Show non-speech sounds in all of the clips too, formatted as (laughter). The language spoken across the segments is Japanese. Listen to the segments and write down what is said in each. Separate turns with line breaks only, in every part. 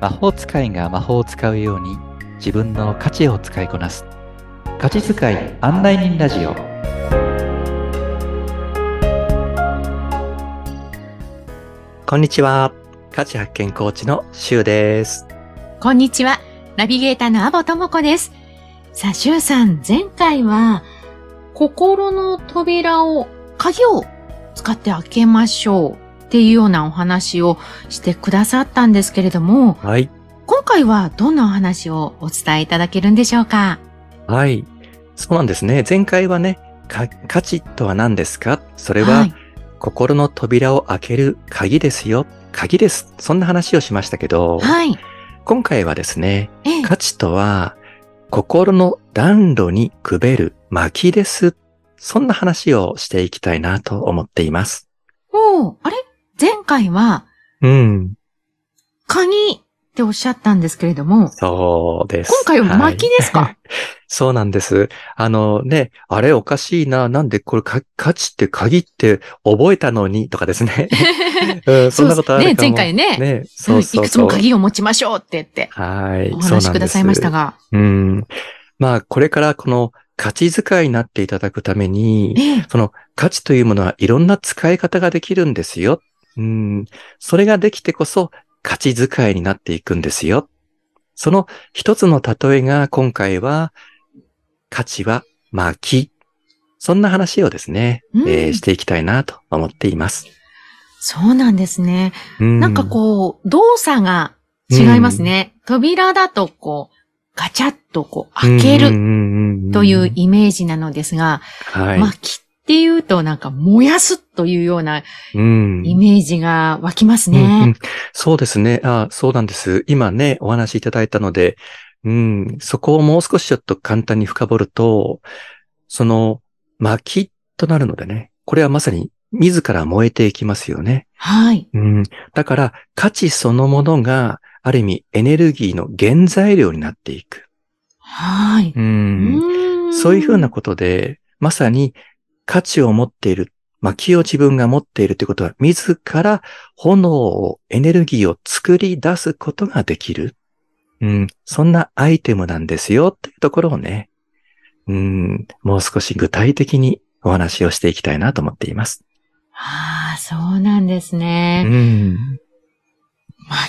魔法使いが魔法を使うように自分の価値を使いこなす価値使い案内人ラジオこんにちは価値発見コーチのシュウです
こんにちは。ナビゲーターのアボともこです。さあ、しゅうさん、前回は、心の扉を、鍵を使って開けましょうっていうようなお話をしてくださったんですけれども、
はい
今回はどんなお話をお伝えいただけるんでしょうか
はいそうなんですね前回はねか価値とは何ですかそ
こ
れは、心の扉を開ける鍵ですよ鍵ですそんな話をしましたけど、
はい。はい。
今回はですね
ええ。
価値とは、心の暖炉にくべる薪です。そんな話をしていきたいなと思っています。
おーあれ前回は、
うん。
鍵っておっしゃったんですけれども、
そうです。
今回は薪
い
ですか
そうなんです。あのね、あれおかしいな。なんでこれか価値って鍵って覚えたのにとかです
(laughs)
ね。うん、そんなことあるかも。
ね、前回ね。
ね。そうそうそう。
うんいくつも鍵を持ちましょうって言って、
はい。
お
そうなんで
話
す
しくださいましたが。
うん。まあ、これからこの価値使いになっていただくために、
ええ。
その価値というものはいろんな使い方ができるんですよ。うん。それができてこそ価値使いになっていくんですよ。その一つの例えが今回は、価値は薪。そんな話をですね、
うん
えーしていきたいなと思っています。
そうなんですね。
な
なんかこう、動作が違いますね。扉だとこう、ガチャッとこう、開ける
る
というイメージなのですが、
はい。
巻きっていうとなんか燃やすというような
うん
イメージが湧きます
うんう
ね
ん。そうですね。あそうなんです。今ね、お話しいただいたので、うん、そこをもう少しちょっと簡単に深掘ると、その、薪となるのでね、これはまさに自ら燃えていきますよね。
はい。
うん、だから、価値そのものが、ある意味エネルギーの原材料になっていく。
はい。
うん
ーん
そういうふうなことで、まさに価値を持っている、薪を自分が持っているということは、自ら炎を、エネルギーを作り出すことができる。うん、そんなアイテムなんですよっていうところをね、うん、もう少し具体的にお話をしていきたいなと思っています。
ああ、そうなんです
う
ね。
ん。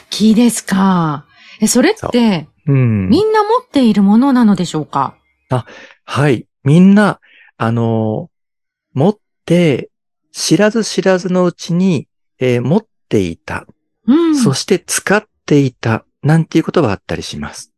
巻きですか。え、それって、
うん。
みんな持っているものなのでしょうか
はい。みんな、あのー持って、知らず知らずのうちに、えー持っていた
うん。
そして使っていた、なんていうことはあったりします。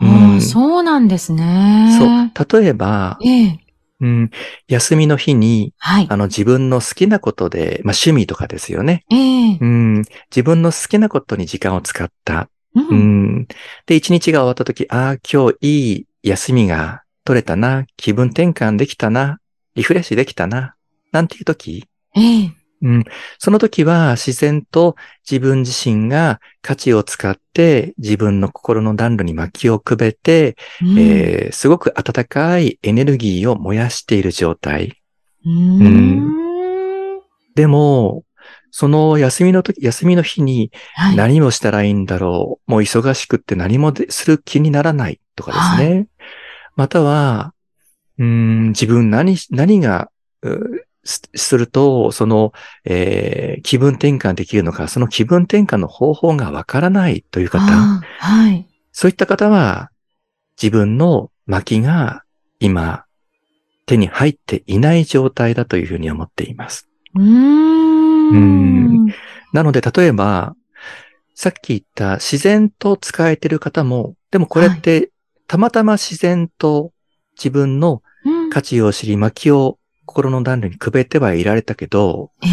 あ
う
あ
ん
そうなんですね。
そう。例えば、
ええ。
うん、休みの日に、
はい
あ。の自分の好きなことで、まあ趣味とかですよね。
ええ。
うん、自分の好きなことに時間を使った。
う。
うんん、で、一日が終わった時、ああ、今日いい休みが取れたな、気分転換できたな、リフレッシュできたな、なんていう時、
ええ。
うん、その時は自然と自分自身が価値を使って自分の心の暖炉に薪をくべて、
うん
えーすごく温かいエネルギーを燃やしている状態。
うーん。
でも、その休みの時、休みの日に
はい。
何をしたらいいんだろう。もう忙しくって何もでする気にならないとかですね。または、うーん自分何し、何が、うーすすると、その、えー気分転換できるのか、その気分転換の方法がわからないという方、
ああはい。
そういった方は、自分の薪が今、手に入っていない状態だというふうに思っています。
うーん。
なので、例えば、さっき言った自然と使えてる方も、でもこれって、たまたま自然と自分の
うん
価値を知り、薪を心の暖炉にくべてはいられたけど、
ええ。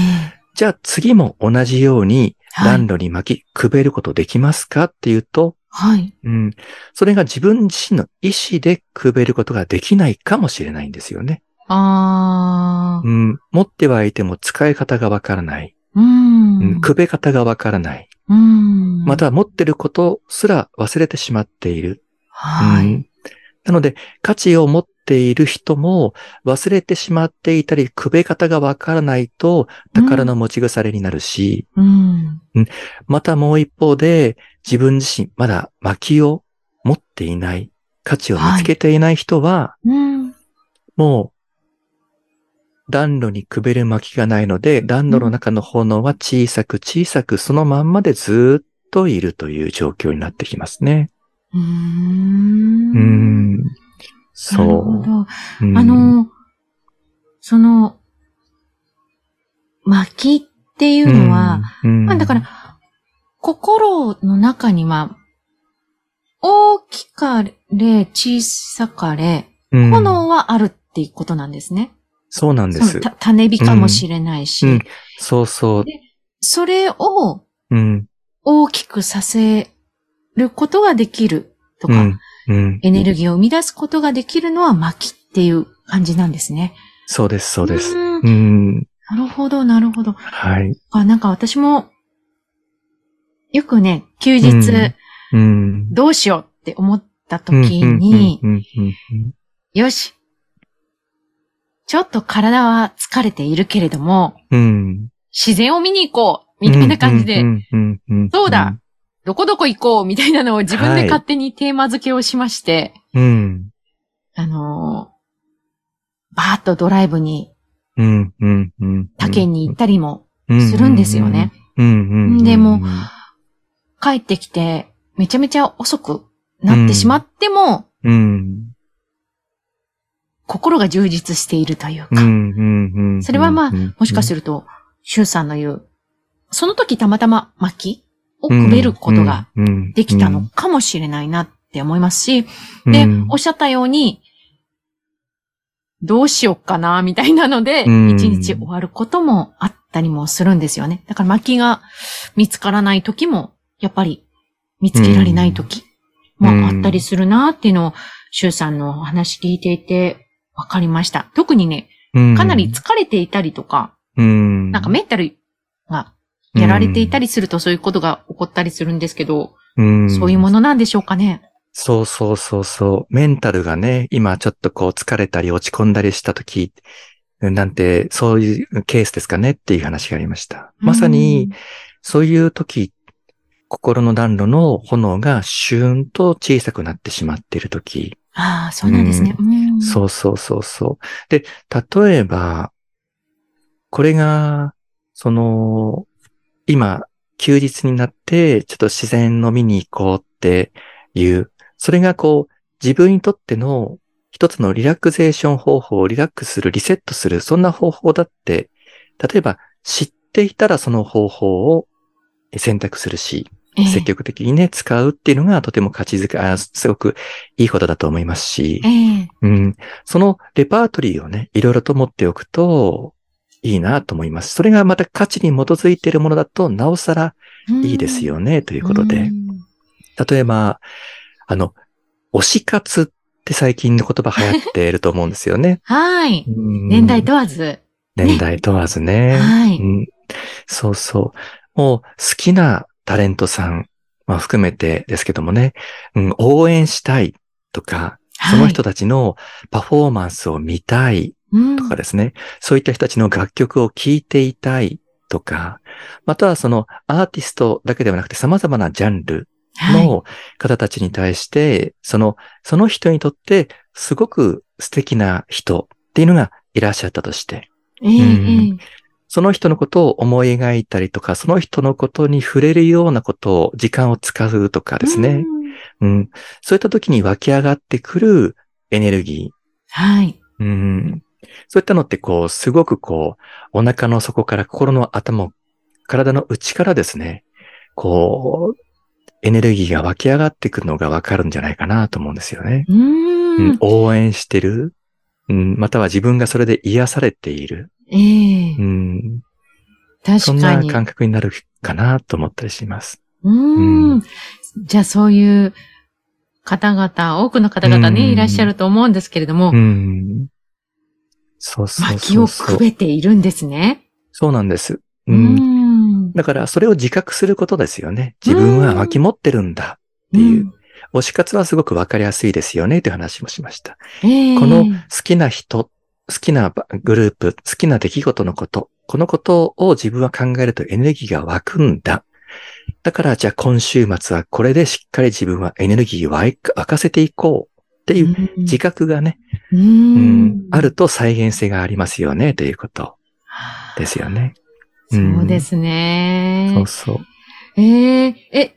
じゃあ次も同じように
はい
暖。炉に薪くべることできますかっていうと、
はい。
うん、それが自分自身の意思でくべることができないかもしれないんですよね。
ああ。
うん、持ってはいても使い方がわからない、
う
うん
ん。
くべ方がわからない。
うん。
また、は持ってることすら忘れてしまっている。
は
う
い。
んなので、価値を持っている人も忘れてしまっていたり、くべ方がわからないと宝の持ち腐れになるし、
うん。
またもう一方で、自分自身、まだ薪を持っていない、価値を見つけていない人は、
うん。
もう、暖炉にくべる薪がないので、暖炉の中の炎は小さく小さくそのまんまでずーっといるという状況になってきますね。
うー
うー
ん。
ん。
なるほ
そ
ど。
う。うん
あ、の、その、薪っていうのは、
うん、うん
まあだから、心の中には、大きかれ、小さかれ、
うん
炎はあるっていうことなんですね。
そうなんで
そ
す
の。た種火かもしれないし、
うんうんそうそう。
それを
うん。
大きくさせることができると
う
か、
ん。うん。
エネルギーを生み出すことができるのは薪っていう感じなんですね。
そうです、そうです。
ーん
う。
なんるほど、なるほど。
はい。
あなんか私も、よくね、休
うん
日
うん。
どうしようって思った時
うん
に
う、んうんうん
よし、ちょっと体は疲れているけれども、
うん。
自然を見に行こうみたいな感じで、
んんんんん
そうだ。どこどこ行こうみたいなのを自分で勝手にテーマ付けをしまして、
うん。
あのーバーッとドライブに、
うん、うん、うん。
他県に行ったりも
す
するんですよね。。
うん、うんうん。
でも帰ってきて、めちゃめちゃ遅くなってしまっても、
うん、
心が充実しているという
うん、
か、
うんうん。
それはまあもしかす
る
ると、シュンさんの言う、その時たまたま薪をくべることができたのかもしれないなって思いますし、で、おっしゃったように、どうしよっかな、みたいなので、一
うん
日終わることもあったりもするんですよね。だから薪が見つからない時も、やっぱり見つけられない時もあったりするなっていうのを、シュウさんのお話聞いていて、わかりました。特にね、かなり、疲れていたりとか、
うん。
なんかメンタルがやられていたりするとそういうことが起こったりするんですけど、
うん、
そういうものなんでしょうかね。
そうそうそうそう。メンタルがね、今ちょっとこう疲れたり落ち込んだりしたとき、なんて、そういうケースですかねっていう話がありました。まさに、そういう時、心の暖炉の炎がシューンと小さくなってしまっている時。
ああ、そうなんですね。うん
そうそうそうそう。で、例えば、これが、その、今、休日になって、ちょっと自然の見に行こうっていう、それがこう、自分にとっての一つのリラクゼーション方法をリラックスする、リセットする、そんな方法だって、例えば知っていたらその方法を選択するし、
ええ
積極的にね、使うっていうのがとても価値づけ、あすごくいいことだと思いますし
え、え
うん。そのレパートリーをね、いろいろと持っておくといいなと思います。それがまた価値に基づいているものだと、なおさらいいですよね、とい
と。
うことで。。例えば、あの、推し活って最近の言葉流行っていると思うんですよね
はい。
うん
(laughs) 年代問わず。
年代問わずね。
は
う
い。
ん、そうそう。もう好きなタレントさん、まあ、含めてですけどもね、うん、応援したいとか、その人たちのパフォーマンスを見たいとか
で。
ですね、そういった人たちの楽曲を聴いていたいとか、またはそのアーティストだけではなくて様々なジャンル
はい
の方たちに対して、その、その人にとってすごく素敵な人っていうのがいらっしゃったとして、
え
う
え
ん
ええ
その人のことを思い描いたりとか、その人のことに触れるようなことを、時間を使うとかですね。
うん
うん。そういった時に湧き上がってくるエネルギ
はい。
ー。うん。そういったのってこう、すごくこう、お腹の底から心の頭、体の内からですね、こう、エネルギーが湧き上がってくるのがわかるんじゃないかなと思うんですよね。
うー
うんん。応援してる。うん。または自分がそれで癒されている。
ええ
うん。そん
確か
な
に。
感覚になるかなと思ったりします。
う
う
ー。
ん
じゃあそういう方々、多くの方々
う
ね、
ん
いらっしゃると思うんですけれども
う、ん。そうそう
薪
そ
を
うそ
く
う。
べているんですね。
そうなんです。
う
うん。
ん。
だから、それを自覚することですよね。自分は巻き持ってるんだっていう。推し活はすごくわかりやすいですよねという話もしました。
うん。ええ
この好きな人、好きなグループ、好きな出来事のこと、このことを自分は考えるとエネルギーが湧くんだ。だから、じゃあ今週末はこれでしっかり自分はエネルギーを沸かせていこうっていう自覚がね、
う
うんん、あると再現性がありますよね、ということですよね。うん
そうですね。
そうそう。
えー、え、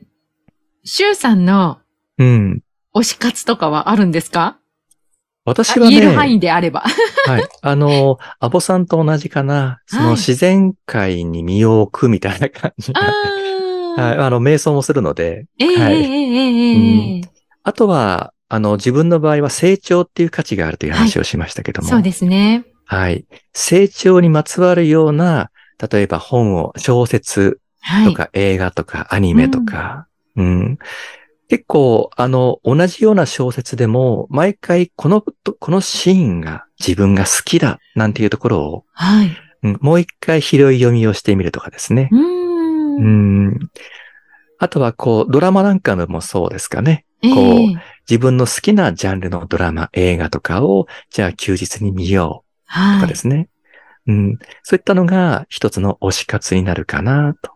シュウさんの
うん。
推し活とかはあるんですか
私
あ
は
言える範
ね、
囲であれば。
(laughs) はい。あの、アボさんと同じかな、そ
は
の
い
自然界に身を置くみたいな感じ。
あ
はい。
あ、
あの、瞑想もするので、
ええ
はい
えええええ
あとは、あの、自分の場合は成長っていう価値があるという話をしましたけども。
そうですね。
はい。成長にまつわるような、例えば本を、小説
は
と
い。
か映画とかアニメとか、うん。結構、あの、同じような小説でも、毎回この、このシーンが自分が好きだ、なんていうところを、
はい。
うんもう一回拾い読みをしてみるとかですね
う。ー。
うんん。あとは、こう、ドラマなんかもそうですかね。
ええ
こ自分の好きなジャンルのドラマ、映画とかを、じゃあ休日に見よう。と
は
か
い
で。すね。うん。そういったのが一つの推し活になるかなと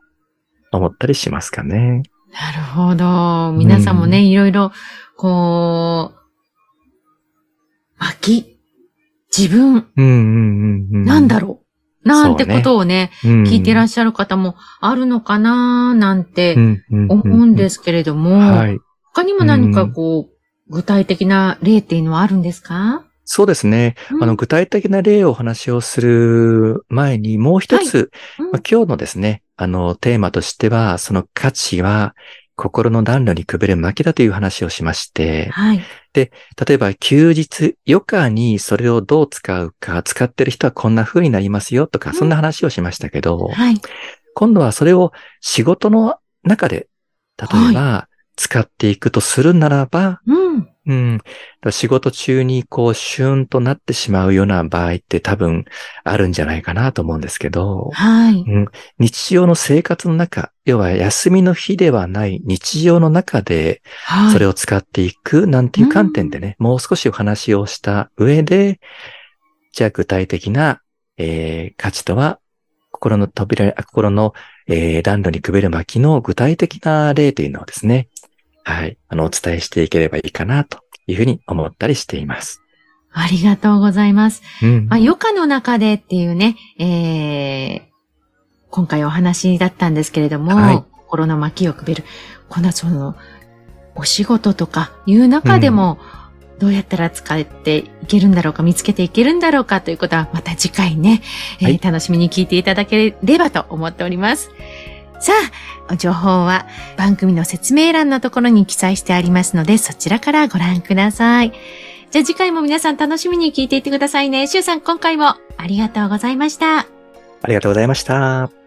思ったりしますかね。
なるほど。皆さんも
う
ね、いろいろ、こう、まき、自分、
うんうんうん、うん。
なんだろう、なんてことをね、
う、うん、
聞いてらっ
し
しゃる方もあるのかななん
ゃ
て思うんですすけれども、
はい。
他にも何かこう、具体的な例っていうのはあるんですか
そうですね。あの、具体的な例をお話をする前に、もう一つ、
うん
まあ、今日のですね、あの、テーマとしては、その価値は心の暖炉にくべる薪だという話をしまして、
はい。
例えば休日、余暇にそれをどう使うか、使ってる人はこんな風になりますよとか、
うん
そんな話をしましたけど、
はい。
今度はそれを仕事の中で、例えば使っていくとするならば、
うん。
うん、仕事中にこう、シューンとなってしまうような場合って多分あるんじゃないかなと思うんですけど、
はい。
日常の生活の中、要は休みの日ではない日常の中で、
はい。
それを使っていくなんていう観点でね、もう少しお話をした上で、じゃあ具体的な、えー価値とは、心の扉、あ心の、えー暖炉にくべる薪の具体的な例というのをですね、はい、あの、お伝えしていければいいかなというふうに思ったりしています。
ありがとうございます。
うん。
まあ、余暇の中でっていうね、えー、今回お話だったんですけれども、
はい
心の巻をくべる。このその、お仕事とかいう中でも、どうやったら使っていけるんだろうか、見つけていけるんだろうかということは、また次回ね、えー
はい
楽しみに聞いていただければと思っております。さあ、情報は番組の説明欄のところに記載してありますので、そちらからご覧ください。じゃあ次回も皆さん楽しみに聞いていってくださいね。シュウさん、今回もありがとうございました。
ありがとうございました。